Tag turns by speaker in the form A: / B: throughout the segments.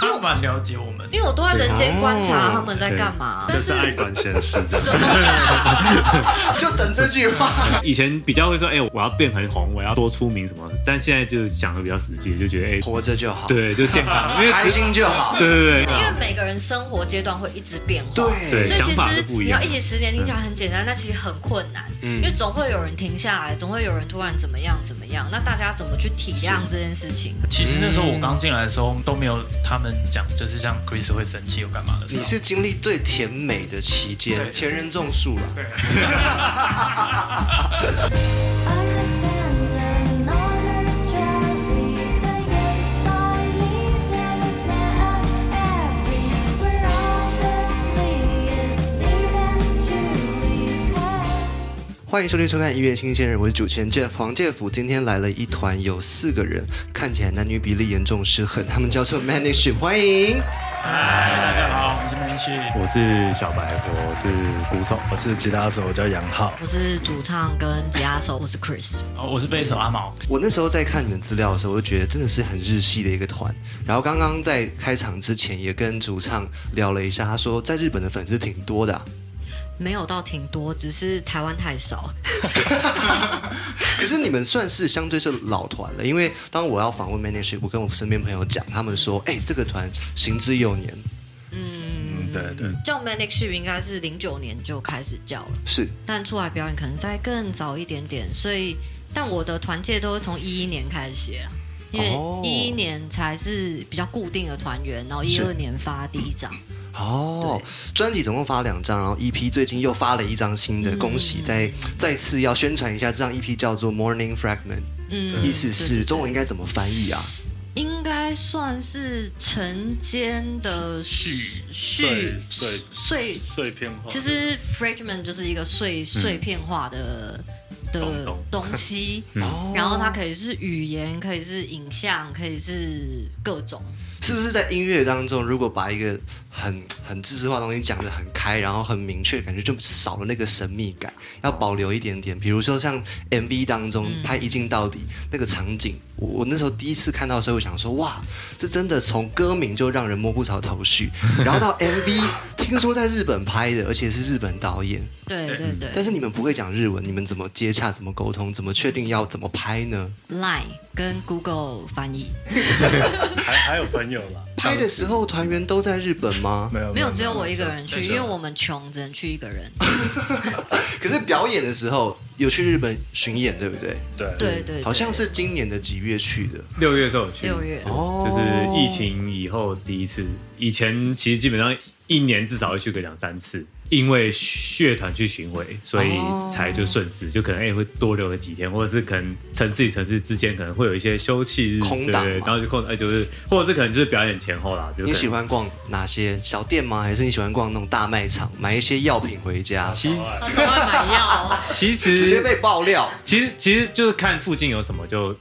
A: 他蛮了解我们。
B: 因为我都在人间观察他们在干嘛。
C: 就是爱管啊闲事这样。
B: 什 么啦？
D: 就等这句话。
C: 以前比较会说，哎、我要变很红，我要多出名什么，但现在就想的比较实际，就觉得，哎、
D: 活着就好，
C: 对，就健康，因为
D: 开
C: 只
D: 心就好。
C: 对对对
B: 因为每个人生活阶段会一直变化，
D: 对
C: 对，
B: 所以
C: 想
B: 其
C: 法
B: 实
C: 都不一
B: 你要
C: 样嗯
B: 一。起十年听起来很简单，那其实很困难，因为总会有人停下来，总会有人突然怎么样怎么样，那大家怎么去体谅这件事情？
A: 其实那时候我刚进来的时候都没有他们讲，就是像 Chris 会生气或干嘛的事
D: 你
A: 啊。
D: 是经历最甜美的期间，
A: 对
D: 前人种树啊了。欢迎收听收看《一月新鲜人》，我是主持人 Jeff 黄介甫。今天来了一团有四个人，看起来男女比例严重失衡，他们 叫做 Manage，欢迎。
A: 嗨，大家好，我是 m a n c
E: 我是小白，我是鼓手，我是吉他手，我叫杨浩。
B: 我是主唱跟吉他手，我是 Chris。
A: 哦，我是贝斯手阿毛。
D: 我那时候在看你们资料的时候，我就觉得真的是很日系的一个团。然后刚刚在开场之前也跟主唱聊了一下，他说在日本的粉丝挺多的啊、
B: 没有到挺多，只是台湾太少。
D: 可是你们算是相对是老团了，因为当我要访问 Manage，我跟我身边朋友讲，他们说，哎、这个团行之有年，
E: 嗯，对对，
B: 叫 Manic Sheep 应该是零九年就开始叫了，
D: 是
B: 但出来表演可能再更早一点点，所以但我的团界都是从一一年开始写啦，因为
D: 哦
B: 一一年才是比较固定的团员，然后一
D: 是
B: 二年发第一张，
D: 哦。专辑总共发两张，然后 EP 最近又发了一张
B: 嗯
D: 新的，恭喜！再再次要宣传一下，这张 EP 叫做 Morning Fragment，
B: 嗯，
D: 意思
B: 对
D: 是
B: 对
D: 中文应该怎么翻译啊？
B: 应该算是晨间的
E: 续
B: 续
E: 碎
B: 碎
E: 碎片化。
B: 其实 fragment 就是一个碎碎片化的、的
E: 懂
B: 东西，
D: 哦
B: 然后它可以是语言，可以是影像，可以是各种。
D: 是不是在音乐当中，如果把一个很很知识化的东西讲得很开，然后很明确，感觉就少了那个神秘感，要保留一点点。比如说像 MV 当中拍《一镜到底》那个场景，我我那时候第一次看到的时候，我想说哇，这真的从歌名就让人摸不着头绪，然后到 MV，听说在日本拍的，而且是日本导演，
B: 对
A: 对
B: 对对
D: 但是你们不会讲日文，你们怎么接洽，怎么沟通，怎么确定要怎么拍呢？
B: l i n e 跟 Google 翻译
E: 还还有朋友啦，
D: 拍的时候团员都在日本吗？
E: 没有
B: 没有只有我一个人去，因为
E: 我
B: 我们穷，只能去一个人。
D: 可是表演的时候有去日本巡演，对不对？
E: 对
B: 对对，对
D: 好像是今年的几月去的
C: 六月的时候有去，
B: 六月
C: 对
D: 哦
C: 就是疫情以后第一次。以前其实基本上一年至少会去个两三次，因为乐团去巡回，所以
D: 哦
C: 才就顺势，就可能哎、会多留个几天，或者是可能城市与城市之间可能会有一些休憩日，
D: 空
C: 对
D: 档
C: 对
D: 嘛
C: 然后就空哎、就是或者是可能就是表演前后啦，就可
D: 你
C: 能
D: 喜欢逛哪些小店吗？还是你喜欢逛那种大卖场，买一些药品回家？
C: 其实
B: 他都会买药，
C: 其实
D: 直接被爆料，
C: 其实其实就是看附近有什么就，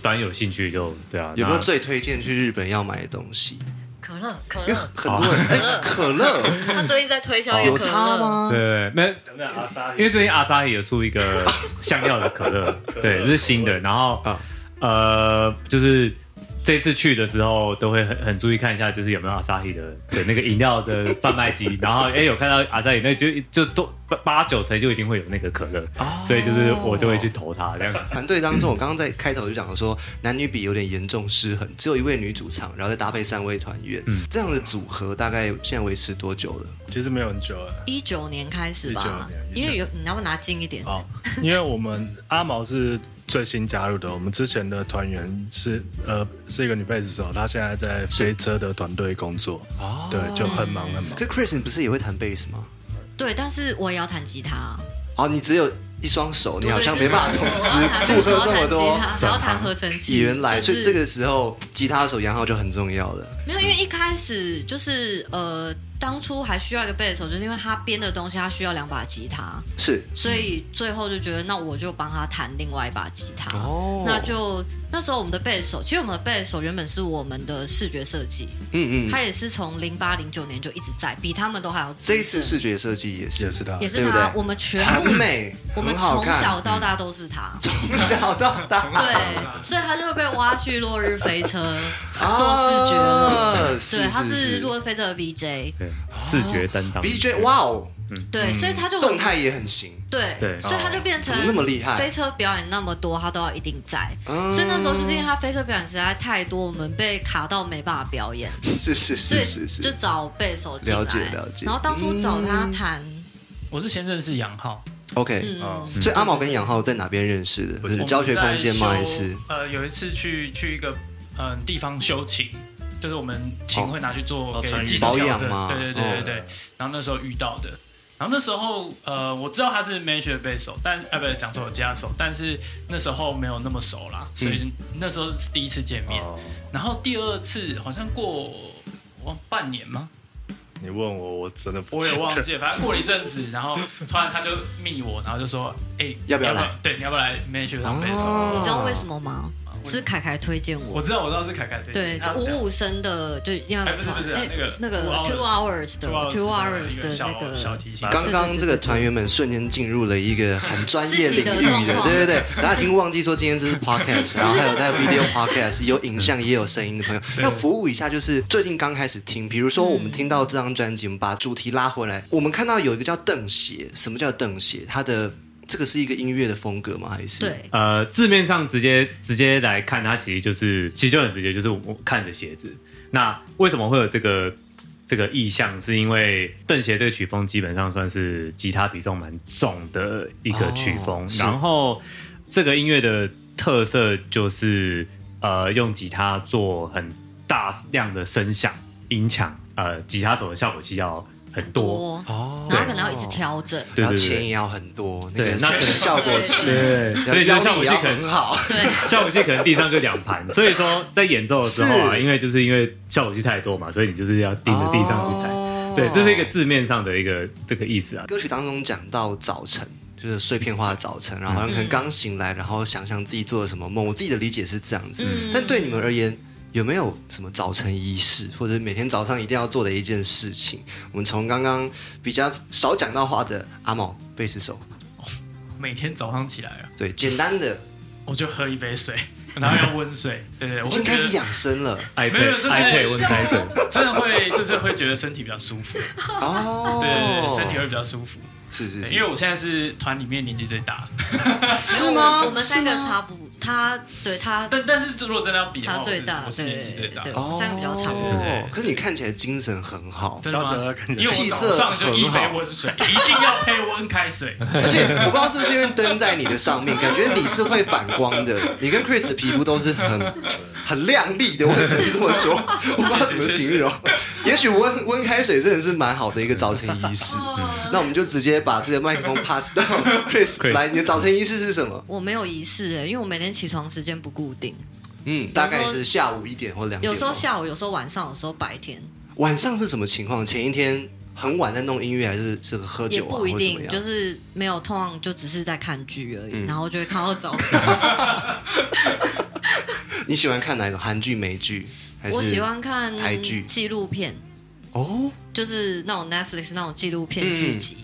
C: 反正有兴趣就对啊。
D: 有没
C: 那
D: 有最推荐去日本要买的东西？
B: 可乐 可
D: 因为
B: 乐，
D: 很多人哎，可乐
B: 他最近在推销一个
D: 有
B: 可
D: 差
B: 乐，
D: 吗？
C: 对，没，
E: 等等阿莎，
C: 因为最近阿莎也出一 个香料的可乐，哦对，这是新的。然后
D: 啊
C: 呃，就是这次去的时候都会很很注意看一下，就是有没有阿萨希的的那个饮料的贩卖机。 然后哎、有看到阿萨希，那就就都八八九成就一定会有那个可乐，所以就是我就会去投它这样。
D: 团队当中，我刚刚在开头就讲到说，男女比有点严重失衡，只有一位女主唱，然后再搭配三位团员，这样的组合大概现在维持多久了？
E: 其实没有很久了
B: 一九年开始吧
E: 19，年
B: 因为有你要不要拿近一点？
E: 哦，因为我们阿毛是最新加入的，我们之前的团员是呃是一个女贝斯手，她现在在飞车的团队工作，
D: 哦
E: 对，就很忙很忙。
D: 可 Chris 你不是也会弹贝斯吗？
B: 对，但是我也要弹吉他。
D: 哦，你只有一双手，你好像
B: 我
D: 没
B: 只是
D: 办法同时负荷这么
B: 我
D: 多
B: 要弹吉。他还要弹合成器。
D: 原来，
B: 就
D: 所
B: 是
D: 以这个时候吉他手杨浩就很重要了。
B: 没有，因为一开始就是呃，当初还需要一个贝斯手，就是因为他编的东西他需要两把吉他，
D: 是
B: 所以最后就觉得那我就帮他弹另外一把吉他。
D: 哦
B: 那就那时候我们的贝斯手，其实我们的贝斯手原本是我们的视觉设计，
D: 嗯嗯，
B: 他也是从零八零九年就一直在，比他们都还要资
D: 这
B: 深
D: 一次视觉设计也是
E: 也是他
B: 也是
D: 啊对不对
B: 他，我们全部
D: 很美，
B: 我们
D: 很好
B: 从
D: 看
B: 小到大都是他。
D: 从小到 大，
B: 对，所以他就被挖去落日飞车
D: 啊
B: 做视觉了。
D: 是
B: 对，他
D: 是
B: 是
D: 是
B: 落日飞车的 VJ，
C: 对，视觉担当
D: BJ，哇哦，
B: 对，所以他就很
D: 动态也很行，
B: 对，
C: 对
B: 所以他就变成
D: 怎么那么厉害
B: 飞车表演那么多，他都要一定在。
D: 嗯
B: 所以那时候就是因为他飞车表演实在太多，我们被卡到没办法表演，
D: 是是
B: 所
D: 是是，
B: 以就是找贝手进来。
D: 了解了解嗯
B: 然后当初找他谈，
A: 我是先认识杨浩，
D: OK。
B: 嗯，
D: 所以阿毛跟杨浩在哪边认识的？
A: 我
D: 是
A: 们
D: 教学空间吗？
A: 在
D: 还
A: 修
D: 是
A: 呃，有一次去去一个嗯、地方修琴，就是我们琴
D: 哦
A: 会拿去做
E: 哦
A: 给
E: 参与
A: 技术
D: 保
A: 调
D: 养
A: 整
D: 吗
A: 对对对对对。
E: 哦
A: 然后那时候遇到的，然后那时候呃，我知道他是 Measure 贝手，但呃不是讲错了吉他手，但是那时候没有那么熟啦，所
D: 嗯
A: 以那时候是第一次见面。
E: 哦，
A: 然后第二次好像过忘半年吗？
E: 你问我，我真的不
A: 我也
E: 记得
A: 忘记了，反正过了一阵子，然后突然他就密我，然后就说：“哎、
D: 要不要来？
A: 对，你要不要来 Measure 当贝手？”
D: 哦
B: 你知道为什么吗？是凯凯推荐
A: 我
B: 我。
A: 知道，我知道是凯凯推
B: 对
A: 荐，他有啊讲
B: 五五声的，就要
A: 哎不是不是
B: 哎
A: 那个
B: 那个
A: two
B: two hours 的 two
A: hours
B: hours
A: 的
B: 的
A: 小
B: 那个
A: 小提琴，
D: 刚刚这个团员们瞬间进入了一个很专业领
B: 自
D: 域
B: 己的状
D: 的，
B: 况
D: 对对对，大家已经忘记说今天这是 podcast，然后还有在 video podcast 有影像也有声音的朋友，要服务一下，就是最近刚开始听，比如说我们听到这张专辑，我们把主题拉回来，我们看到有一个叫邓鞋，什么叫邓鞋？它的这个是一个音乐的风格吗？还是
B: 对，
C: 呃，字面上直接直接来看，它其实就是其实就很直接，就是我看着鞋子。那为什么会有这个这个意向？是因为邓鞋这个曲风基本上算是吉他比重蛮重的一个曲风，
D: 哦是
C: 然后这个音乐的特色就是呃用吉他做很大量的声响音墙，呃吉他手的效果器要很多，
B: 多，
D: 哦，
B: 然后可能要一直，调整。
C: 对
D: 然
C: 对
D: 后钱
C: 对
D: 也要很多，那
C: 对
D: 个
C: 那可能
D: 效果器，
C: 对，所以就
D: 然后
C: 效
D: 腰
C: 果
D: 力也
C: 器
D: 要
C: 可能
D: 很好，
B: 对，
C: 效果器可能地上就两盘，所以说在演奏的时候啊，
D: 是
C: 因为就是因为效果器太多嘛，所以你就是要盯着地上去踩。
D: 哦
C: 对，这是一个字面上的一个这个意思啊。
D: 歌曲当中讲到早晨，就是碎片化的早晨，然
A: 嗯
D: 后好像可能刚醒来，然后想想自己做了什么梦。我自己的理解是这样子，
A: 嗯
D: 但对你们而言，有没有什么早晨仪式，或者每天早上一定要做的一件事情？我们从刚刚比较少讲到话的阿毛贝斯手，
A: 每天早上起来啊，
D: 对，简单的
A: 我就喝一杯水，然后要温水，对对，我会
D: 已经
A: 觉
D: 开始
A: 得
D: 养生了
C: 爱
A: 没有
C: 配
A: 就是
C: 爱配温开水，
A: 真的会就是会觉得身体比较舒服，
D: 哦，
A: 对 对对，身体会比较舒服，
D: 是是
A: 对
D: 是，
A: 因为我现在是团里面年纪最大，
D: 是吗？
B: 我们三个
D: 是吗
B: 差不，他对他
A: 但但是如果真的要比的话，
B: 他最大，
A: 我是我是年纪最
B: 对
A: 大，
B: 对，我们三个比较差不多。
D: 哦可是你看起来精神很好，
A: 真的
E: 大家
A: 吗
E: 看？起
A: 因
E: 来
A: 为我早上就一杯温水，一定要配温开水，
D: 而且我不知道是不是因为灯在你的上面，感觉你是会反光的。你跟 Chris 的皮肤都是很 很亮丽的，我只能这么 说，我不知道怎么形容。也许温温开水真的是蛮好的一个早晨仪式。嗯那我们就直接把这个麦克风 pass 到 Chris 来。你的早晨仪式是什么？
B: 我没有仪式、欸，因为我每天起床时间不固定，
D: 嗯，大概是下午一点或两点。
B: 有时候下午，有时候晚上，有时候白天，
D: 晚上是什么情况？前一天很晚在弄音乐，还是是喝
B: 也
D: 酒啊，
B: 不一
D: 或者怎么
B: 定，
D: 样？嗯
B: 就是没有，通常就只是在看剧而已，然后就会看到早 上。
D: 你喜欢看哪一种韩剧、美剧？还是
B: 我喜欢看
D: 台剧
B: 纪录片，
D: 哦，
B: 就是那种 Netflix 那种纪录片剧集。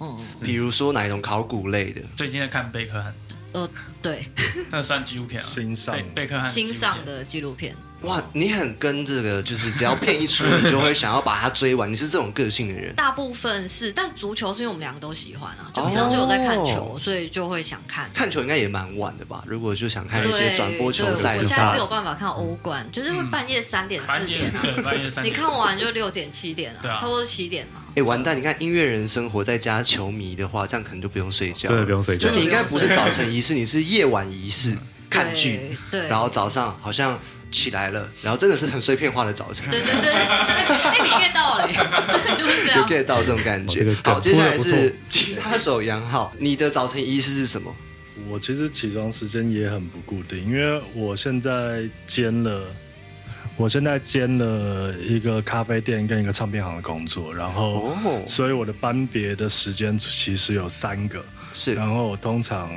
B: 嗯，
D: 比如说哪一种考古类的？
A: 最近在看贝克汉，
B: 呃，对，
A: 那算纪录片啊，
E: 新上
A: 贝贝克汉纪录
B: 欣
A: 片
B: 赏的纪录片，
D: 哇，你很跟这个，就是只要片一出，你就会想要把它追完。你是这种个性的人，
B: 大部分是，但足球是因为我们两个都喜欢
D: 哦
B: 啊，就平常就有在看球，所以就会想看。
D: 看球应该也蛮晚的吧？如果就想看
B: 对，
D: 一些转播球
B: 对
D: 赛
B: 我
D: 的
B: 现在
D: 话
B: 只，有办法看欧冠，就是会半夜嗯三点、四
A: 半夜
B: 点啊。
A: 对半夜三
B: 你
A: 点，
B: 看完就六点、七点
A: 对
B: 了，
A: 啊
B: 差不多七点嘛。
D: 哎，完蛋！你看音乐人生活再加球迷的话，这样可能就不用睡觉
C: 真的
D: 了。
C: 不用睡觉
D: 所以。你应该不
B: 真
D: 是
B: 的不
D: 早晨仪式，你是夜晚仪 式，看剧，
B: 对，对
D: 然后早上好像起来了，然后真的是很碎片化的早晨。
B: 对对对， 哎，你 get 到了耶， 就是这
D: 有
B: 样。
D: get 到这种感
C: 哦这
D: 觉
C: 个。梗
D: 好，接下来
C: 铺得不
D: 是吉他手杨浩，你的早晨仪式是什么？
E: 我其实起床时间也很不固定，因为我现在兼了，我现在兼了一个咖啡店跟一个唱片行的工作，然后，
D: 哦，
E: 所以我的班别的时间其实有三个，
D: 是
E: 然后我通常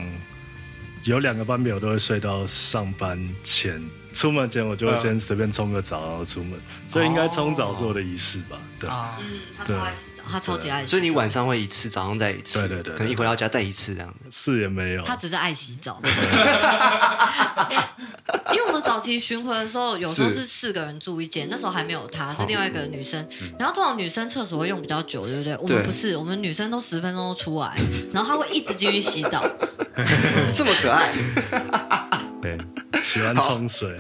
E: 有两个班表都会睡到上班前，出门前我就
D: 嗯
E: 会先随便冲个澡，然后出门，所以应该冲澡是我的仪式吧？对，
D: 哦
A: 啊，
B: 嗯，他超爱洗澡，他超级爱洗澡。
D: 所以你晚上会一次，早上再一次，
E: 对对对对
D: 可能一回到家再一次这样子。
E: 是也没有，
B: 他只是爱洗 澡。因为我们早期巡回的时候，有时候
D: 是
B: 是四个人住一间，那时候还没有他，是另外一个女生。
D: 嗯
B: 然后通常女生厕所会用比较久，对不对？我们不是，我们女生都十分钟就出来，然后她会一直继续洗 澡。
C: 嗯
D: 这么 可爱，
C: 对，
E: 喜欢 冲水，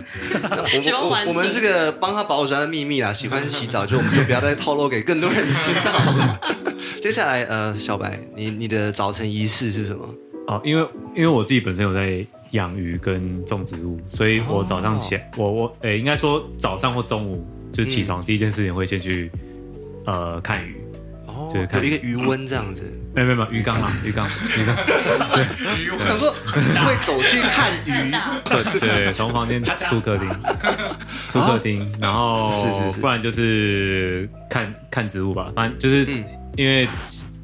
D: 我
B: 喜欢
D: 们
B: 玩
D: 我我们这个帮他保守的秘密啊，喜欢洗澡就我们就不要再透露给更多人知道了。 接下来，呃，小白，你你的早晨仪式是什么？
C: 哦，因为因为我自己本身有在养鱼跟种植物，所以我早上起来，我我诶、应该说早上或中午就是起床、第一件事情会先去呃看鱼，
D: 哦
C: 就是，看
D: 有一个余温这样子。
C: 没有没有没有鱼缸啊，鱼缸鱼缸，
A: 鱼
D: 我想说会走去看鱼， 是
C: 对，从房间出客 厅，出客厅，然后
D: 哦是是是
C: 不然就是看看植物吧，反正就是
D: 嗯
C: 因为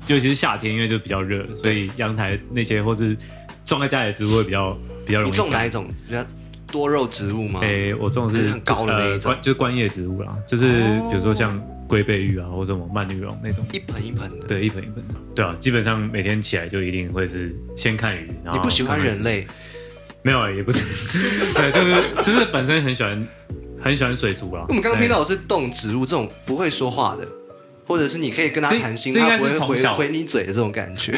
C: 尤其是夏天，因为就比较热，所以阳台那些或是种在家里的植物会比较比较容
D: 你
C: 易
D: 种
C: 干
D: 哪一种？比较多肉植物吗？
C: 诶、我种的
D: 还
C: 是
D: 是很高的那一种
C: 呃观就是观叶植物啦，就是
D: 哦
C: 比如说像龟背玉啊，或者什么蔓绿绒那种。
D: 一盆一盆的。
C: 对，一盆一盆的，对啊，基本上每天起来就一定会是先看鱼，哦然后
D: 你不喜欢
C: 看看
D: 人类，
C: 没有、也不是， 对，就是就是本身很喜欢很喜欢水族啦。
D: 我们刚刚听
C: 对
D: 到的是动植物这种不会说话的，或者是你可以跟他
C: 这
D: 谈心，
C: 这应
D: 他
C: 该
D: 不
C: 是
D: 会
C: 从
D: 回
C: 小
D: 回你嘴的这种感 觉。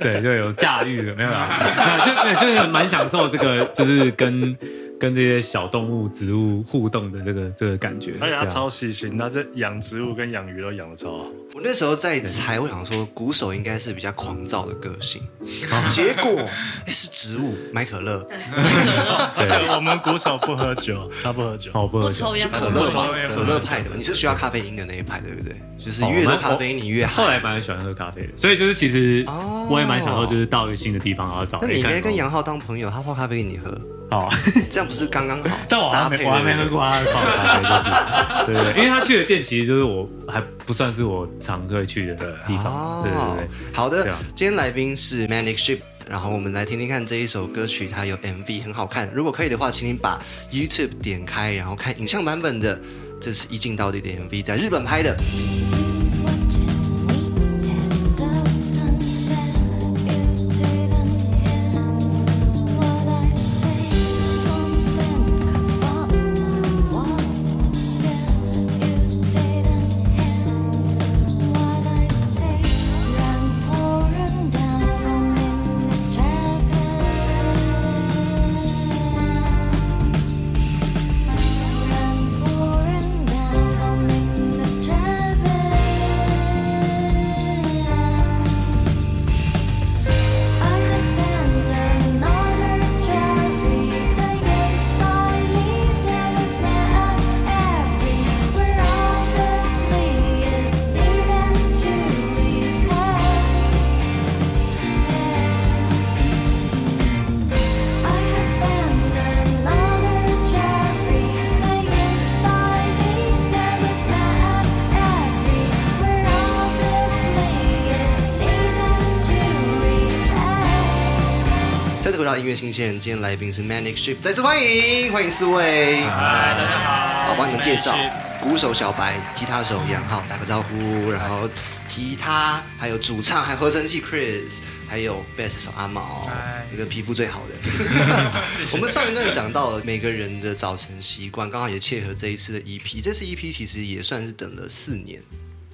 C: 对，就有驾驭了，没有啦，那就对，就是蛮享受这个，就是跟跟这些小动物、植物互动的这个这个感觉。
E: 而且
C: 对
E: 他
C: 啊
E: 哎超细心，他这养植物跟养鱼都养的超好。
D: 我那时候在猜，我想说鼓手应该是比较狂躁的个性，
C: 啊
D: 结果哎是植物买 可乐，
E: 对，我们鼓手不喝酒，他不喝酒。
D: 哦
C: 好不
B: 不
C: 合理
B: 抽烟，
D: 可
B: 不
D: 乐
B: 喝酒
A: 对
D: 可乐派的嘛，你是需要咖啡因的那一派，对不对？就是
C: 哦
D: 越多
C: 那
D: 咖啡因你越
C: 后来
D: 嗨。
C: 蛮喜欢喝咖啡的，所以就是其实
D: 哦
C: 我也蛮享受，就是到一个新的地方，然后找
D: 那你
C: 哎
D: 应该
C: 看
D: 跟杨浩当朋友，他泡咖啡给你喝，
C: 哦，
D: 这样不是刚刚好
C: 但我
D: 搭
C: 还没
D: 配
C: 我还没喝
D: 对不对
C: 过他的咖啡，就是对对对，因为他去的店其实就是我还不算是我常会去的地
D: 哦
C: 方，对对对，
D: 好的
C: 对啊，
D: 今天来宾是 Manic Ship。然后我们来听听看这一首歌曲，它有 MV，很好看。如果可以的话，请你把 YouTube 点开，然后看影像版本的。这是一镜到底的 MV，在日本拍的。
F: I have spent another Jeffrey day inside me. There is mass everywhere. Obviously, it's needed to repair.
D: 再次回到音乐新鲜人，今天来宾是 Manic Ship，再次欢迎，欢迎四位。
A: 嗨，大家好，
D: 好，帮你们介绍
A: Manic Ship
D: 鼓手小白、吉他手杨浩，打个招呼。然后吉他还有主唱，还有合成器 Chris，还有贝斯手阿毛
A: 嗨，
D: 一个皮肤最好的。
A: 谢谢
D: 我们上一段讲到每个人的早晨习惯，刚好也切合这一次的 EP。这次 EP 其实也算是等了四年，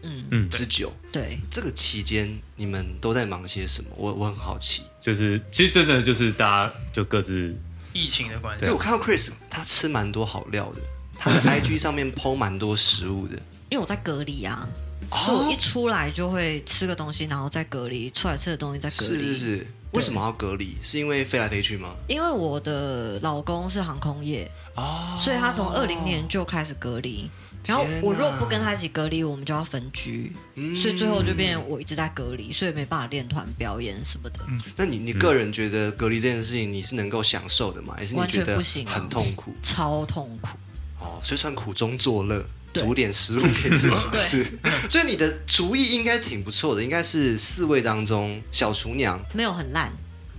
B: 嗯
D: 嗯
C: 嗯
D: 之久。
B: 对，
D: 这个期间你们都在忙些什么？我我很好奇，
C: 就是其实真的就是大家就各自
A: 疫情的关
D: 因
A: 系
D: 为，我看到 Chris 他吃蛮多好料的，他在 IG 上面 PO 蛮多食物的。
B: 因为我在隔离啊，
D: 哦
B: 所以我一出来就会吃个东西，然后再隔离，出来吃个东西再隔
D: 是
B: 离。
D: 是是，为什么要隔离？是因为飞来飞去吗？
B: 因为我的老公是航空业，
D: 哦，
B: 所以他从二零年就开始隔离。然后我如果不跟他一起隔离，我们就要分居，
D: 嗯
B: 所以最后就变成我一直在隔离，所以没办法练团表演什么的。
D: 那你你个人觉得隔离这件事情你是能够享受的吗？还是你
B: 完
D: 觉
B: 全
D: 得
B: 不行啊
D: 很痛苦？
B: 超痛苦。
D: 哦，所以算苦中作乐，
B: 对
D: 煮点食物给自己吃。 所以 你的厨艺应该挺不错的，应该是四位当中小厨娘
B: 没有很烂，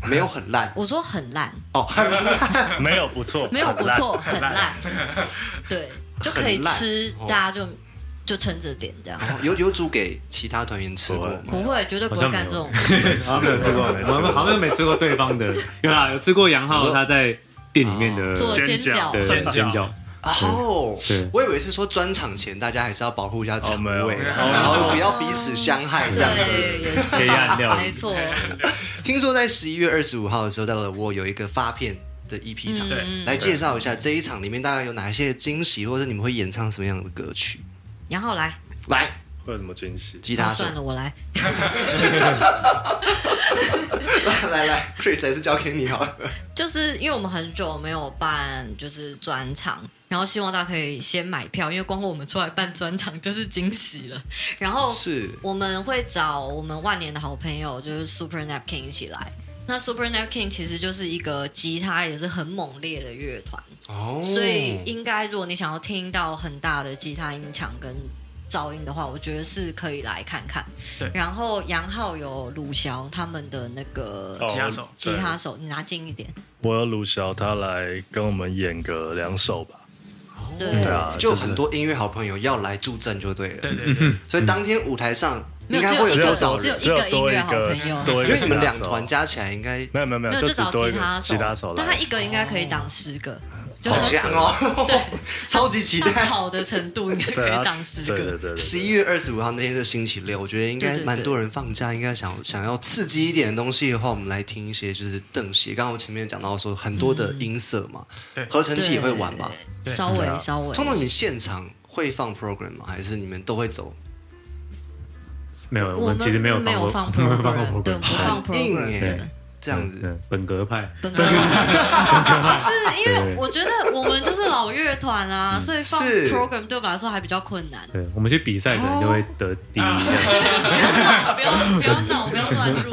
D: 没有很烂
B: 我说很烂，
D: 哦， 很烂，
E: 没有不错，
B: 没有不
E: 很烂
B: 错，很烂， 对，就可以
D: 很烂
B: 吃
D: 哦，
B: 大家就就撑着点这样，
D: 有有煮给其他团员吃过吗？
B: 不会，绝对不会
C: 好像没有
B: 干这种。
C: 好像没有吃过，我
E: 没吃过
C: 们好像没吃过对方的。有啦，有吃过杨浩他在店里面的
B: 哦做尖角
C: 对
A: 煎饺
C: 煎饺，
D: 哦
C: 对，
D: 我以为是说专场前大家还是要保护一下肠
E: 哦没
D: 胃，
E: 有
D: 然后不要彼此相害这样子。
B: 对，也是
C: 黑暗料理
B: 没 错，
D: 听说在十一月二十五号的时候，在乐窝有一个发片的
B: 嗯
D: EP 场，
A: 对
D: 来介绍一下这一场里面大概有哪些惊喜，或者你们会演唱什么样的歌曲？
B: 然后来，
D: 来，
E: 会有什么惊喜？
D: 吉
B: 啊
D: 他手
B: 算，了，我来。
D: 来来 来，Chris 还是交给你好了。
B: 就是因为我们很久没有办就是专场，然后希望大家可以先买票，因为光我们出来办专场就是惊喜了。然后
D: 是
B: 我们会找我们万年的好朋友，就是 Super Napkin 一起来。那 Super Napkin 其实就是一个吉他也是很猛烈的乐团，
D: 哦
B: 所以应该如果你想要听到很大的吉他音墙跟噪音的话，我觉得是可以来看看。
A: 对
B: 然后杨浩有鲁翔他们的那个
E: 哦
A: 吉他手
B: 吉他手，你拿近一点。
E: 我有鲁小他来跟我们演个两首吧。
B: 对
E: 啊
D: 就
E: 就是
D: 很多音乐好朋友要来助阵就对了。
A: 对对对，
D: 所以当天舞台上
B: 没
D: 应
B: 有
D: 该会有
B: 只有
D: 多少
B: 只有
D: 人？
B: 一个音乐好朋友
E: 多一
D: 因
E: 个
D: 为你们两团
E: 手
D: 加起来应该
E: 没有没有
B: 没
E: 没有，
B: 有
E: 就
B: 就
E: 只
B: 找
E: 多
B: 吉
E: 一个
B: 他手，
E: 吉他手来
B: 但他一个应该可以挡十个，就
D: 好
B: 他
D: 强哦， 超级期
B: 他
D: 待。
B: 吵的程度应 该可
E: 对
B: 以
E: 他
B: 挡十
E: 对对对
B: 个。
E: 对，对
D: 十一月二十五号那天是星期六，我觉得应该
B: 对对对
D: 蛮多人放假，应该想想要刺激一点的东西的话，我们来听一些就是邓鞋。刚刚我前面讲到说很多的音色嘛，
A: 嗯对
D: 合成器也会玩吧？
B: 对？稍微
E: 对啊
B: 稍微，
D: 通常你现场会放 program 吗？还是你们都会走？
C: 没有，
B: 我
C: 们其实没有
B: 没有 放
C: 过，没有
B: program，对，我
C: 过
B: 们不放
D: 很硬
B: program
D: 耶
B: 的。，
D: 这样子。
C: 对，本格派，
B: 本格不是因为
C: 对。
B: 我觉得我们就是老乐团啊，所以放
D: 是
B: program 对我们来说还比较困 难
C: 对，我们去比赛可能就会得第一这样。
B: 不要不要闹，不要乱入，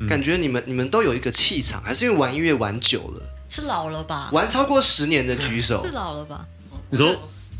C: 嗯
D: 感觉你们你们都有一个气场，还是因为玩音乐玩久了，
B: 是老了吧？
D: 玩超过十年的举手
B: 是，老了吧？
C: 你说，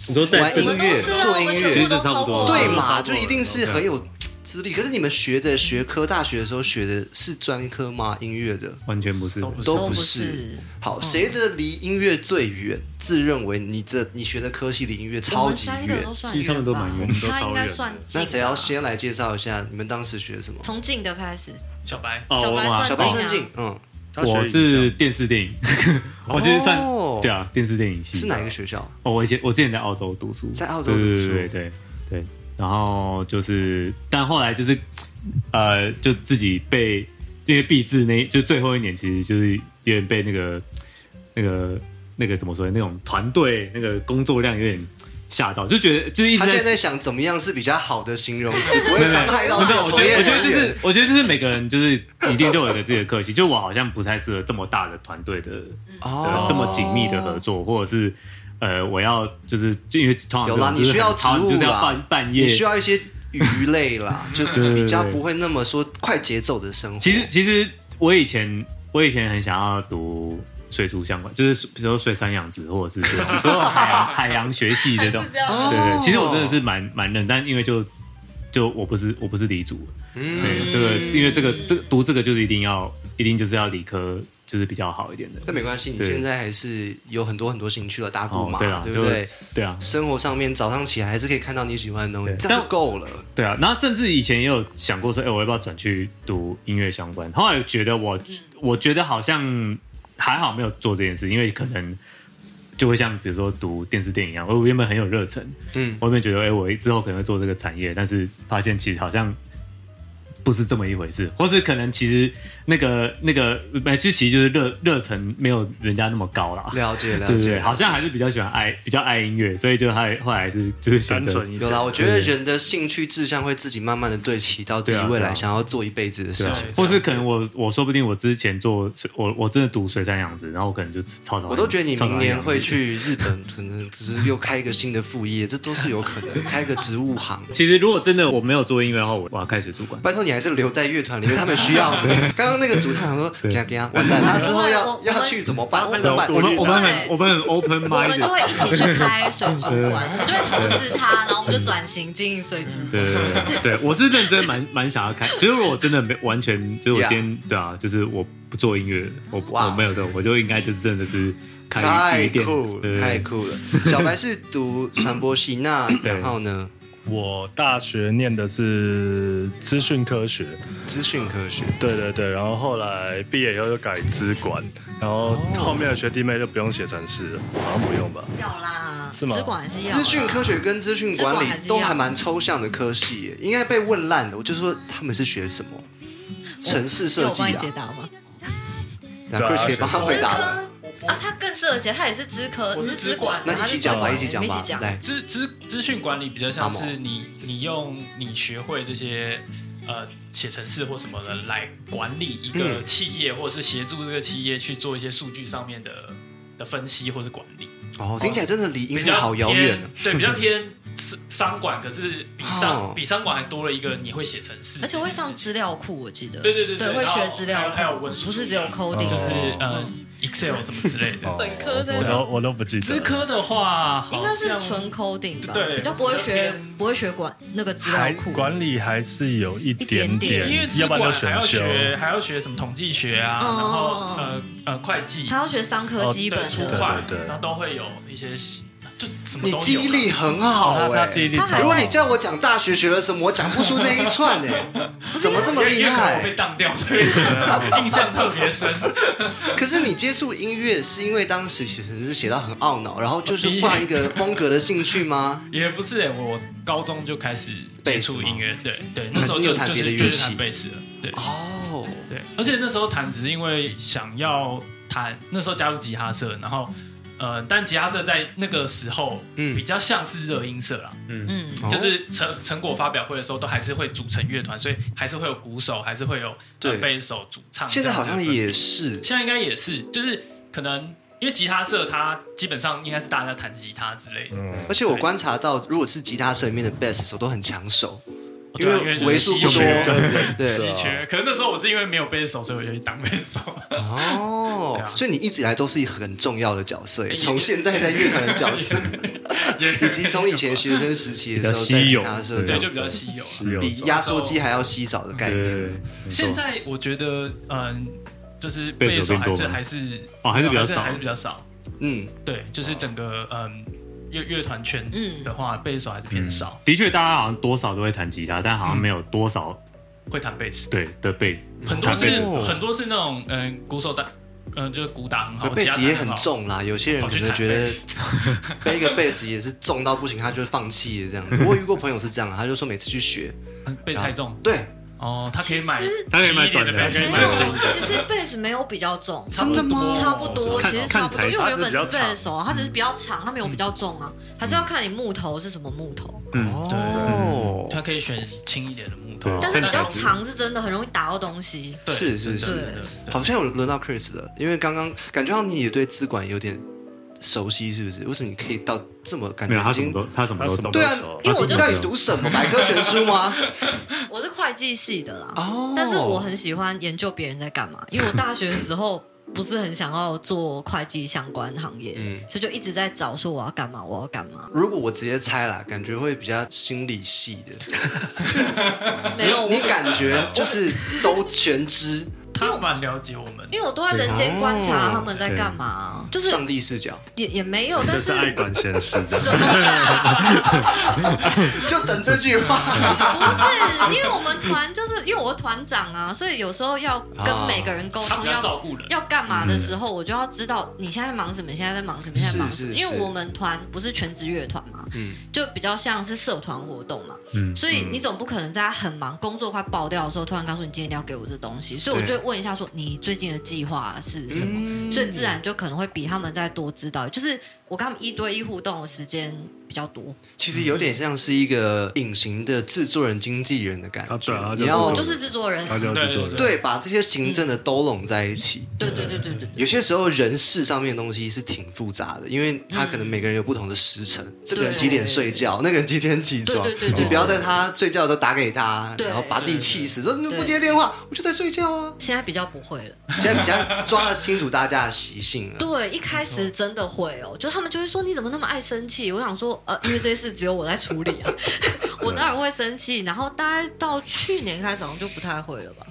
C: 你说在
D: 玩
B: 我
C: 这
D: 音
B: 们都
D: 乐
B: 是啊，
D: 做
B: 我
D: 音
B: 们
D: 乐
B: 全部都
C: 其实差
B: 超
C: 不
B: 过
C: 多啊
D: 对
B: 了。
D: 嘛？
E: 差不
D: 就
E: 多
D: 一定是很有资历。可是你们学的学科，大学的时候学的是专科吗？音乐的
C: 完全不是
A: 都，不是
D: 都
B: 都
D: 不
B: 不
D: 是
B: 是。嗯
D: 好，谁的离音乐最远？自认为你这你学的科系离音乐
B: 我
D: 超
B: 们
D: 级
B: 三个
D: 远
B: 都。算
C: 其实他们都
B: 吧
C: 蛮远
E: 的
B: 他
E: 都超
B: 应该
E: 远的
B: 算近。
D: 那谁要？先来介绍一下你们当时学什么？
B: 从近的开始，
A: 小白
C: 哦
B: 小白
C: 哇
B: 算
D: 小白
B: 近
D: 顺
B: 啊
D: 进，嗯，
E: 他学
C: 我
E: 影
C: 是
E: 像
C: 电视电影， 我其实算
D: 哦
C: 对啊，电视电影系
D: 是哪一个学校？
C: 哦，我以前我之前在澳洲读书，
D: 在澳洲读书
C: 对对对对对。然后就是，但后来就是，呃，就自己被因为毕制那就最后一年，其实就是有点被那个那个那个怎么说那种团队那个工作量有点吓到，就觉得就是一直
D: 他
C: 在
D: 现在在想怎么样是比较好的形容 词，不会伤害到
C: 我知道，
D: 这
C: 我
D: 从
C: 觉得，我
D: 业
C: 觉得
D: 人
C: 就
D: 员
C: 是。，我觉得就是每个人就是一定都有一个自己的课题，就我好像不太适合这么大的团队的
D: 哦
C: 呃，这么紧密的合作，或者是呃，我要就是就因为通常
D: 有
C: 这
D: 啦，
C: 种
D: 你
C: 就是
D: 需要
C: 很
D: 植
C: 长就
D: 物
C: 是要
D: 啦
C: 半，半夜
D: 你。需要一些鱼类 啦，就
C: 对
D: 比较
C: 对
D: 不会那么说快节奏的生活。
C: 其实其实我以前我以前很想要读水族相关，就是比如说水产养殖或者是这种 所有海洋海洋学系这种。
D: 哦，
C: 对对，其实我真的是蛮蛮认，但因为就就我不是我不是理组，
D: 嗯
C: 对这个因为这个这个读这个就是一定要一定就是要理科就是比较好一点的。
D: 那没关系，你
C: 对
D: 现在还是有很多很多兴趣的打鼓
C: 哦
D: 嘛，，
C: 对啊，
D: 不
C: 就
D: 对？
C: 对啊，
D: 生活上面早上起来还是可以看到你喜欢的东西
C: 对，
D: 这样
C: 但
D: 就够了。
C: 对啊，然后甚至以前也有想过说，哎、我要不要转去读音乐相关？后来觉得我，我觉得好像还好没有做这件事，因为可能就会像比如说读电视电影一样，我原本很有热忱，
D: 嗯，
C: 我原本觉得，哎、我之后可能会做这个产业，但是发现其实好像不是这么一回事，或是可能其实那个那个，呃其实其实就是热热忱没有人家那么高啦。
D: 了解了
C: 对对
D: 解
C: 对，，好像还是比较喜欢爱，比较爱音乐，所以就还后来还是就是选
E: 单
C: 择
E: 纯一
D: 有
E: 点
D: 啦。我觉得人的兴趣志向会自己慢慢的对齐到自己
C: 对啊
D: 未
C: 对
D: 来
C: 啊
D: 想要做一辈子的事
C: 对啊
D: 情。
C: 或是可能我我说不定我之前做水我我真的读水产养殖，然后我可能就超讨厌
D: 我都觉得你
C: 超讨
D: 明
C: 厌
D: 年
C: 养
D: 会
C: 殖。
D: 去日本，可能只是又开一个新的副业，这都是有可能。开个植物行，
C: 其实如果真的我没有做音乐的话，我我要开水族馆。
D: 拜托你你还是留在乐团里面，他们需要 你。刚刚那个主唱想说，等一下等一下，完蛋，他之后
B: 我
D: 要
B: 们
D: 要去怎么办？
E: 我
D: 怎
E: 们
D: 么办？
C: 啊我们我们
B: 对
C: 很我们很 open
B: 我们就
C: mind，
B: 会一起去开水族馆，我们就会投资它，然后我们就转型经营水族馆。
C: 对对对对，我是认真蛮蛮想要看，就是如果我真的没完全，就是我今天对啊，就是我不做音乐，我不
D: 哇
C: 我没有这种，我就应该就是真的是开
D: 太
C: 鱼店，
D: 酷
C: 对
D: 了，太酷了！小白是读传播系，那
C: 对
D: 然后呢？
E: 我大学念的是资讯科学，
D: 资讯科学，
E: 对对对，然后后来毕业以后就改资管，然
D: 哦
E: 后后面的学弟妹就不用写程式了，好像不用吧？
B: 要啦，
E: 是吗
B: 资管还是要啦啊
D: 资讯科学跟资讯管
B: 资管
D: 理
B: 还是一样
D: 都还蛮抽象的科系耶，应该被问烂的。我就说他们是学什么？城市设
B: 有我
D: 计
B: 帮你
D: 啊
B: 解，答吗？
D: 那
E: 对啊
D: Chris 可以帮他回答
B: 资
D: 了。
B: 科啊，他更适合解，他也是资科，
A: 我
B: 你
A: 是
B: 是资管，
D: 那一起讲吧，
B: 他
D: 一
B: 是
D: 起
B: 资管我
D: 讲
B: 们一
D: 吧
B: 起，讲。
D: 来，
A: 资资资讯管理比较像
D: 阿
A: 是
D: 毛
A: 你你用你学会这些呃写程式或什么的来管理一个
D: 嗯
A: 企业，或者是协助这个企业去做一些数据上面的的分析或是管理。
D: 哦，听起来真的离音
A: 比
D: 乐
A: 较
D: 好遥
A: 偏
D: 远啊。
A: 对，比较偏商商管，可是比商、
D: 哦
A: 比商管还多了一个你会写程式，
B: 而且会上资料库，我记得。
A: 对对对对
B: 对，会学资料
A: 然后
B: 库，
A: 还有还有文书
B: 不是只有
A: 一样
B: coding，
A: 就是
E: 哦
A: 呃 Excel 什么之类的。
D: 哦
B: 本科在
E: 我都我都不记得。
A: 资科的话，好像
B: 应该是纯 coding 吧，
A: 对
B: 比较不会学
A: 比较偏
B: 不会学管那个资
E: 还
B: 料库。
E: 管理还是有一点
B: 一点点
A: 因为资
E: 要不然
A: 管
E: 就
A: 还要
E: 选修。
A: 学还要学什么统计学啊，
B: 哦
A: 然后呃呃会计，
B: 他要学商科
E: 哦
B: 基
A: 对
B: 本
A: 除
E: 对
B: 的，
A: 法
E: 对对，
A: 那都会有一些就什么
D: 你
A: 都有
D: 记忆力很好
E: 他哦他
D: 哎、
E: 记忆力
B: 他还
E: 超
D: 如果你
E: 好
D: 叫我讲大学学了什么，我讲不出那一串 哎、怎么这么厉
A: 因为可能我
D: 害
A: 被？当掉， 所以印象特别深。
D: 可是你接触音乐是因为当时写程式写到很懊恼，然后就是换一个风格的兴 趣吗？
A: 也不是、欸，我高中就开始接触音乐，对对，那时候
D: 你有
A: 就
D: 弹
A: 就
D: 别的
A: 是
D: 乐
A: 就
D: 器
A: 是弹贝斯了，对
D: 哦，
A: 对，而且那时候弹只是因为想要弹，那时候加入吉他社，然后呃，但吉他社在那个时候
D: 嗯
A: 比较像是热音社啦，
B: 嗯，
D: 哦
A: 就是成成果发表会的时候都还是会组成乐团，所以还是会有鼓手，还是会有
D: 对
A: 呃贝斯手、主唱，
D: 现在好像也是
A: 现在应该也是，就是可能因为吉他社它基本上应该是大家弹吉他之类的，
E: 嗯
D: 而且我观察到，如果是吉他社里面的 bass 手都很抢手，因
A: 对啊
D: 为
A: 因为
D: 为数不多
A: 就没有。
D: 对
A: 稀
D: 对
A: 缺。可是那时候我是因为没有贝斯手，所以我就去当贝斯手。
D: 哦
A: 对啊，
D: 所以你一直以来都是一个很重要的角色耶，
A: 哎
D: 从现在在乐团的角色， 以及从以前学生时期的时候在
C: 比较稀
D: 吉
C: 有
D: 他社
A: 对，
D: 这
A: 就
D: 种
A: 比较稀有啊。
E: 稀有
D: 比压缩机还要稀少的概
C: 对对
D: 念。
C: 对，没错
A: 现在我觉得，嗯，就是
C: 贝
A: 贝
C: 斯
A: 斯
C: 手
A: 手还
C: 变多
A: 是
C: 吗
A: 还是啊
C: 哦还是比较
A: 还
C: 少哦
A: 还是比较少。
D: 嗯，
A: 对，就是整个嗯乐乐团圈
B: 嗯
A: 的话，贝斯手还是偏少，
C: 嗯的确大家好像多少都会弹吉他，但好像没有多少
A: 会弹贝斯，
C: 对的贝斯，
A: 很多
C: 嗯弹贝斯
A: 是
C: 的时候
A: 很多是那种嗯鼓手打，嗯就是鼓打很好，
D: 贝斯
A: 吉他
D: 也
A: 弹
D: 很
A: 好。
D: 重啦，有些人可能觉得 背一个贝斯也是重到不行，他就放弃了这样。我有遇过朋友是这样啊的，他就说每次去学，
A: 嗯贝斯太重
D: 对，
A: 哦，他可以买
B: 其实，
C: 他可以买
A: 轻一点的
C: 短的
A: 贝斯，可以
B: 没
A: 买
B: 有
A: 轻一点，
B: 其实 bass 没有比较重，
D: 真的吗？
B: 差不多，
C: 看
B: 其实差不多，
C: 看材质
B: 因为我原本
E: 比较
B: 是
E: 长
B: 背手啊，它只是比较长，它没有比较重啊，还是要看你木头是什么木头。嗯
D: 哦，
A: 他可以选轻一点的木头
C: 对，
B: 但是比较
A: 但是
B: 长是真的很容易打到东西。
A: 对
D: 是是
A: 真的
D: 是
A: 真的对
D: 好像有轮到 Chris 了，因为刚刚感觉到你也对资管有点熟悉，是不是？为什么你可以到这么感
C: 没有
D: 觉
C: 他
D: 已
C: 什么
D: 经？
C: 都他什么
E: 他
C: 都
E: 什么
C: 懂，
E: 都
D: 对啊
E: 熟，
B: 因为我就
D: 到底读什么百科全 书吗？
B: 我是会计系的啦，
D: 哦
B: 但是我很喜欢研究别人在干嘛，因为我大学的时候不是很想要做会计相关行业，
D: 嗯
B: 所以就一直在找说我要干嘛，我要干嘛。
D: 如果我直接猜啦，感觉会比较心理系的。
B: 没有，我
D: 你感觉就是都全知，
A: 他蛮了解我们的
B: 因。为我都在人间观察他们在干嘛啊、就是
D: 上帝视角，
B: 也也没有，但
E: 就是是爱 管闲事这样。
B: 什么啦？
D: 就等这句话。
B: 不是，因为我们团就是因为我是团长啊，所以有时候要
D: 哦
B: 跟每个人沟
A: 他
B: 通
A: 比较
B: 要
A: 照顾人，
B: 要干嘛
D: 嗯
B: 的时候，我就要知道你现在在忙什么，你现在在忙什么，你现在在忙什么。
D: 是是
B: 因为我们团不是全职乐团嘛，
D: 嗯
B: 就比较像是社团活动嘛，
C: 嗯
B: 所以你总不可能在很忙、工作快爆掉的时候，突然告诉你今天一定要给我这东西，所以我
D: 对
B: 就会问一下说你最近的计划是什么，
D: 嗯
B: 所以自然就可能会比他们再多知道，就是我跟他们一对一互动的时间比较多。
D: 其实有点像是一个隐形的制作人、经纪人的感
E: 啊对啊
D: 觉。
E: 他就
D: 你要
B: 哦，就是制作人，
E: 他就制作人，
D: 对，把这些行政的都拢在一起。
B: 对对对对对对，
D: 有些时候人事上面的东西是挺复杂的，因为他可能每个人有不同的时辰，这个人几点睡觉，那个人几点起床
B: 嗯对对对对，对
D: 你不要在他睡觉的时候打给他，
B: 对
D: 然后把自己气死，说你们
B: 对
D: 不接电话，我就在睡 觉啊。
B: 现在比较不会了。
D: 现在比较抓得清楚大家的习性了。
B: 对，一开始真的会哦，就他们就会说你怎么那么爱生气？我想说，呃，因为这些事只有我在处理啊，我当然会生气。然后大概到去年开始好像就不太会了吧，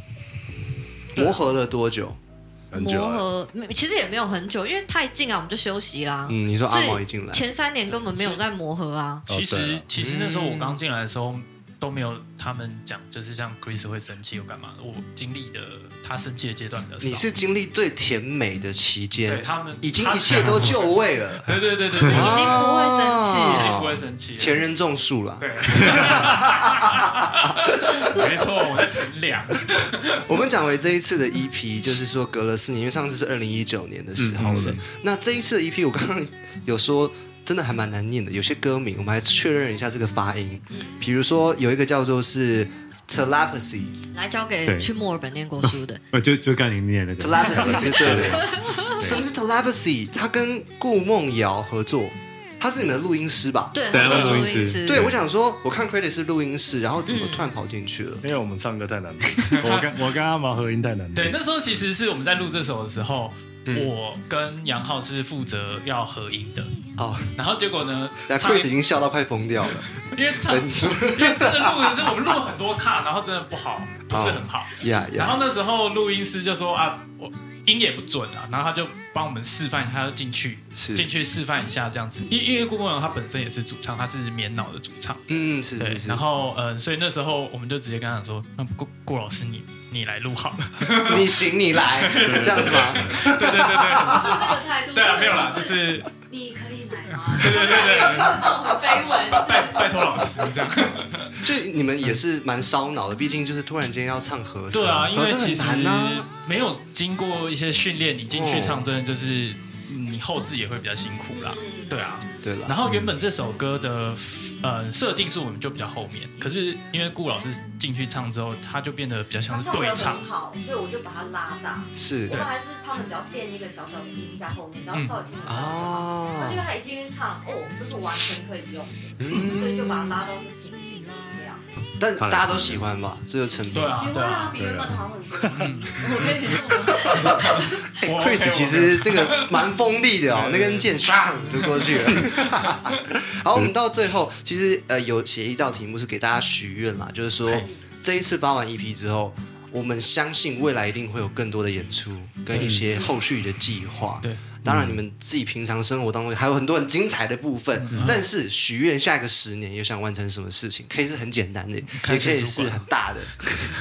D: 磨合了多久？
E: 很久
B: 磨
E: 了。
B: 合没其实也没有很久，因为太近啊，我们就休息啦。
D: 嗯，你说阿
B: 所以
D: 毛一进来，
B: 前三年根本没有在磨合啊。
A: 其
E: 哦对
A: 实
E: 啊
A: 其实那时候我
D: 嗯
A: 刚进来的时候都没有他们讲，就是像 Chris 会生气或干嘛的，我经历的他生气的阶段比较少。
D: 你是经历最甜美的期
A: 对
D: 间，
A: 他们
D: 已经
A: 他
D: 一切都就位了，
A: 对对对对
B: 已经
A: 对，
B: 不会生气了
A: 已
D: 哦
A: 经不会生气了。
D: 啊前人种树了。
A: 对，没错，我在乘凉。
D: 我们讲回这一次的 EP，就是说隔了四年，因为上次是二零一九年的时候
B: 嗯
D: 了。那这一次的 E EP，我刚刚有说，真的还蛮难念的，有些歌名我们还确认一下这个发音。
A: 嗯
D: 比如说有一个叫做是 telepathy，telepathy
B: 来交给
C: 对
B: 去墨尔本念过书的，
C: 呃，就就刚你念那个，
D: 是对的。什么是 telepathy？他跟顾梦瑶合作，他是你们的录音师吧？
B: 对，
C: 对
B: 他是
C: 录音
B: 录音
C: 师
B: 师，
D: 对，我想说，我看 credit 是录音师，然后怎么
A: 嗯
D: 突然跑进去了？
E: 因为我们唱歌太难听，我跟我跟阿毛合音太难听。
A: 对，那时候其实是我们在录这首的时候，
D: 嗯
A: 我跟杨浩是负责要合音的。
D: 哦，
A: 然后结果呢？
D: 那
A: 嗯唱一
D: Chris 已经笑到快疯掉了。
A: 因为唱，因为真的录的，就是我们录了很多卡，然后真的不好，不
D: 哦
A: 是很好。
D: 呀
A: 然
D: 呀，
A: 后那时候录音师就说啊，我音也不准啊，然后他就帮我们示范，他就进去
D: 是
A: 进去示范一下这样子。因因为顾梦瑶她本身也是主唱，她是棉脑的主唱，
D: 嗯，是
A: 对
D: 是。是。
A: 然后呃，所以那时候我们就直接跟他讲说，那顾顾老师你你来录好 了。
D: 你行 你来，这样子吗？
A: 对对对对，
B: 是这个态度。
A: 对啊，没有啦，就是
B: 你可以来吗？
A: 对对对 对，
B: 很卑
A: 拜
B: 微。
A: 拜托老师这样。
D: 就你们也是蛮烧脑的，毕竟就是突然间要唱和声，
A: 对啊，因
D: 和
A: 为
D: 声
A: 其
D: 很
A: 实
D: 难啊。哦
A: 没有经过一些训练，你进去唱真的就是你后置也会比较辛苦啦。对啊，
D: 对了，
A: 然后原本这首歌的呃设定是我们就比较后面，可是因为顾老师进去唱之后，他就变得比较像是对唱。
B: 好，所以我就把它拉大。
D: 是
A: 对
B: 还是他们只要垫一个小小的音在后面，只要
A: 嗯
B: 稍微听得到就好因为
D: 哦，
B: 他一进去唱，哦，这是完全可以用的，
A: 嗯
B: 所以就把它拉到是平行的音量。
D: 但大家都喜欢吧？这就成
A: 对
D: 品。
A: 啊，对啊，嗯
B: 比原本好很多。我跟你 说，
D: 哎
A: 我
D: Chris 其实那个蛮锋利的哦，那根剑唰就过去 了。好，我们到最后，其实呃有写一道题目是给大家许愿嘛，就是说
A: 嘿
D: 这一次发完 EP 之后，我们相信未来一定会有更多的演出跟一些后续的计划。
A: 嗯对。
D: 当然，你们自己平常生活当中还有很多很精彩的部分，
A: 嗯
D: 但是许愿下一个十年又想完成什么事情，可以是很简单的，也
A: 开
D: 可
A: 心
D: 以
A: 主
D: 是
A: 管
D: 很大的。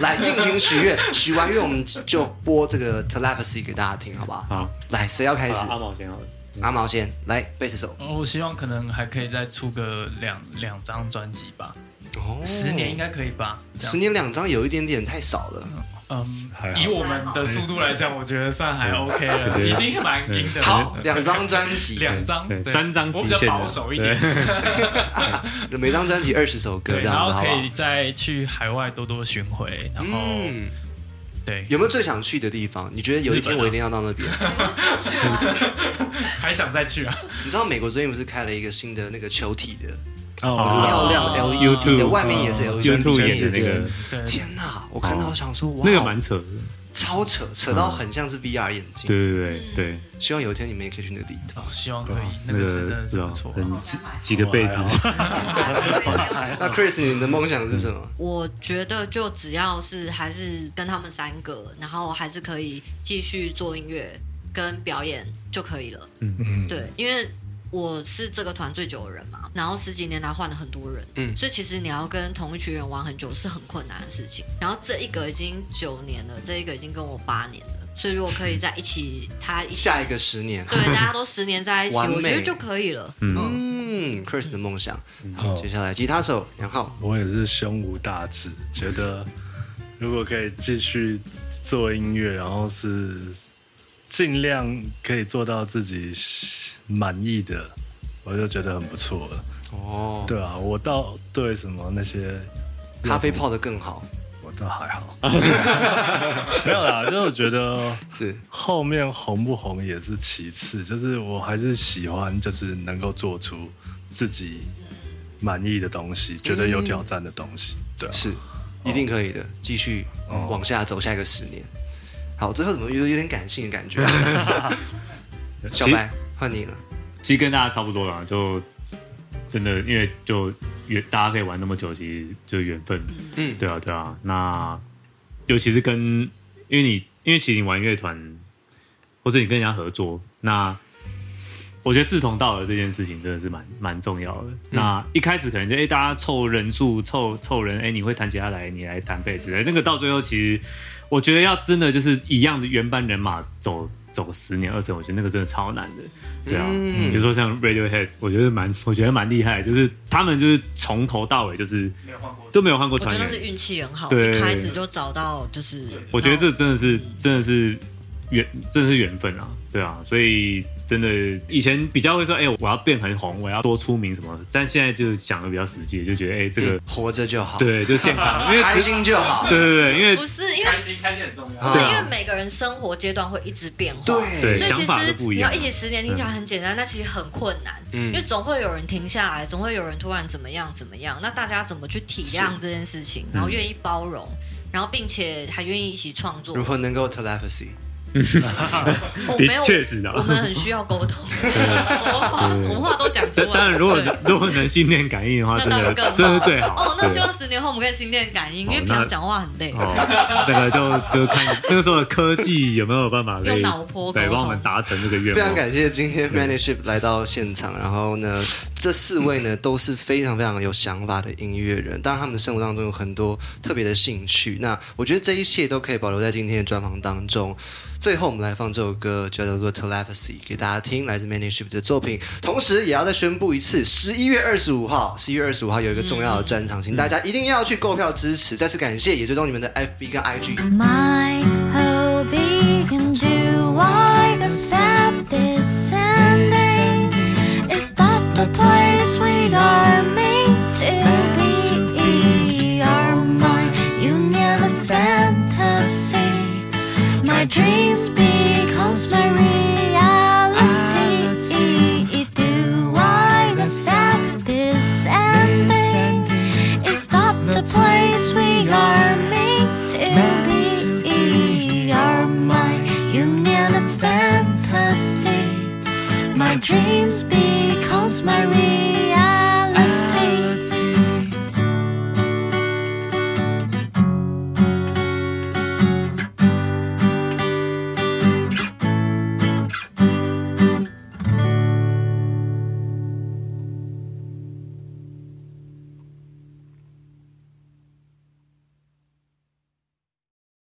D: 来进行许愿，许完愿我们就播这个 telepathy 给大家听，好不好？
C: 好，
D: 来，谁要开始
C: 好？啊阿毛先好了。
D: 阿毛先来，贝斯手。
A: 呃我希望可能还可以再出个两两张专辑吧，
D: 哦
A: 十年应该可以吧？这样
D: 十年两张有一点点太少了，
E: 还
A: 嗯，
E: 好
A: 以我们的速度来讲，我觉得算还 OK 了，
C: 嗯对
A: 已经蛮硬的了。
D: 好，两张专辑，
A: 两张
C: 对，
A: 对
C: 三张
A: 我
C: 极
A: 比较
C: 限
A: 保
C: 的，
A: 守一点，
D: 每张专辑二十首歌，
A: 对，
D: 这
A: 然
D: 样
A: 后
D: 子好
A: 可
D: 不好
A: 以？再去海外多多巡回，然后
D: 嗯，
C: 哦
A: 对，
D: 有没有最想去的地方？你觉得有一天我一定要到那边？
A: 还想再去啊？
D: 你知道美国最近不是开了一个新的那个球体的
E: 哦，
D: 漂亮的 LED 的，外面也是 LED，
C: 哦 YouTube
D: 里面
C: 也是那个，
A: 对，
D: 天哪！我看到
C: 哦
D: 想说，哇，
C: 那个蛮嗯扯的，
D: 超扯，扯到很像是 VR 眼镜。
C: 对对对对，
D: 希望有一天你们也可以去那个地方。
A: 哦，希望可以，那
C: 啊那
A: 个
C: 个啊
A: 是真的
C: 不知
A: 是
C: 道
A: 不错。啊
C: 很几几个被子，
B: 哦
D: 那 Chris，你的梦想是什么？
B: 我觉得就只要是还是跟他们三个，然后还是可以继续做音乐跟表演就可以了。
E: 嗯，
A: 啊
B: 对，因为我是这个团最久的人嘛，然后十几年来换了很多人，
D: 嗯
B: 所以其实你要跟同一群人玩很久是很困难的事情。然后这一个已经九年了，这一个已经跟我八年了，所以如果可以在一起，他一起
D: 下一个十年。
B: 对大家都十年在一起，
D: 完美
B: 我觉得就可以了。
D: 嗯，Chris 的梦想。好，
E: 好
C: 哦
D: 接下来吉他手杨浩。
E: 我也是胸无大志，觉得如果可以继续做音乐，然后是尽量可以做到自己满意的，我就觉得很不错了。
D: 哦，
E: 对啊，我倒对什么那些
D: 咖啡泡的更好。
E: 我我倒还 好，没有啦，就是我觉得
D: 是
E: 后面红不红也是其次，就是我还是喜欢，就是能够做出自己满意的东西，觉得有挑战的东西，对
C: 哦
E: 啊，
D: 是，一定可以的，继续
E: 哦
D: 往下走下一个十年。好，最后怎么有有点感性的 感觉？小
C: 其实
D: 白换你了，
C: 其实跟大家差不多啦，就真的因为就缘大家可以玩那么久，其实就是缘分。
D: 嗯
C: 对啊，对啊。那尤其是跟因为你，因为其实你玩乐团，或是你跟人家合作，那我觉得志同道合这件事情真的是蛮蛮重要的。那一开始可能就哎、诶大家凑人数凑凑人，哎、你会弹吉他来，你来弹贝斯，诶那个到最后其实我觉得要真的就是一样的原班人马走。走个十年二十年，我觉得那个真的超难的，对啊。
B: 嗯
C: 比如说像 Radiohead，我觉得蛮，我觉得蛮厉害的，就是他们就是从头到尾就是
A: 没有换过。
C: 都没有换过
B: 我
C: 团
B: 觉
C: 员
B: 哦得，是运气很好，
C: 对
B: 一开始就找到就是。
C: 我觉得这真的
B: 哦
C: 是真的是缘，真的是缘分啊，对啊，所以真的以前比较会说，哎、我要变很红，我要多出名什么的，但现在就想的比较实际，就觉得哎、这
B: 嗯
C: 个、
D: 活着就好，，
C: 对，就健康，因为
D: 开
C: 其实
D: 心就好
C: 对。对对，因为
B: 不是因为
A: 开心，开心很重要。
B: 不是
C: 对
B: 因
C: 啊
B: 为每个人生活阶段会一直变化，
D: 对嗯
C: 对
B: 所以
C: 想
B: 其
C: 法
B: 实
C: 都不一
B: 你
C: 样
B: 要一起十年听起来很简单，但其实很困难，因为总会有人停下来，总会有人突然怎么样怎么样。那大家怎么去体谅这件事情，
D: 嗯
B: 然后愿意包容，然后并且还愿意一起创作
D: 如？何能够 telepathy？
B: 我
C: 的
B: 没有，
C: 确实的
B: 我们很需要沟 通，我们话
D: 啊
B: 我们话都讲出
C: 当
B: 来。
C: 当然如果
B: 对
C: 如果能心电感应的话，
B: 那
C: 真
B: 当
C: 的
B: 然更好，
C: 真的是最好
B: 哦，那
C: 对
B: 希望十年后我们可以心电感应，因
C: 哦
B: 为平
C: 那
B: 常讲话很累。
C: 哦，那个就就看那个时候的科技有没有办法可
B: 用
C: 以
B: 脑波沟
C: 对
B: 通
C: 帮我们达成这个愿
D: 非常
C: 望。
D: 感谢今天 Maniship 来到现场，然后呢，这四位呢都是非常非常有想法的音乐人，当然他们的生活当中有很多特别的兴趣。那我觉得这一切都可以保留在今天的专访当中。最后，我们来放这首歌，叫做《Telepathy》，给大家听，来自 Maniship 的作品。同时，也要再宣布一次，十一月二十五号，十一月二十五号有一个重要的专场，请大家一定要去购票支持。再次感谢，也追踪你们的 FB 跟 IG。
F: My whole being to I accept this Sunday? Is that the place we are meeting?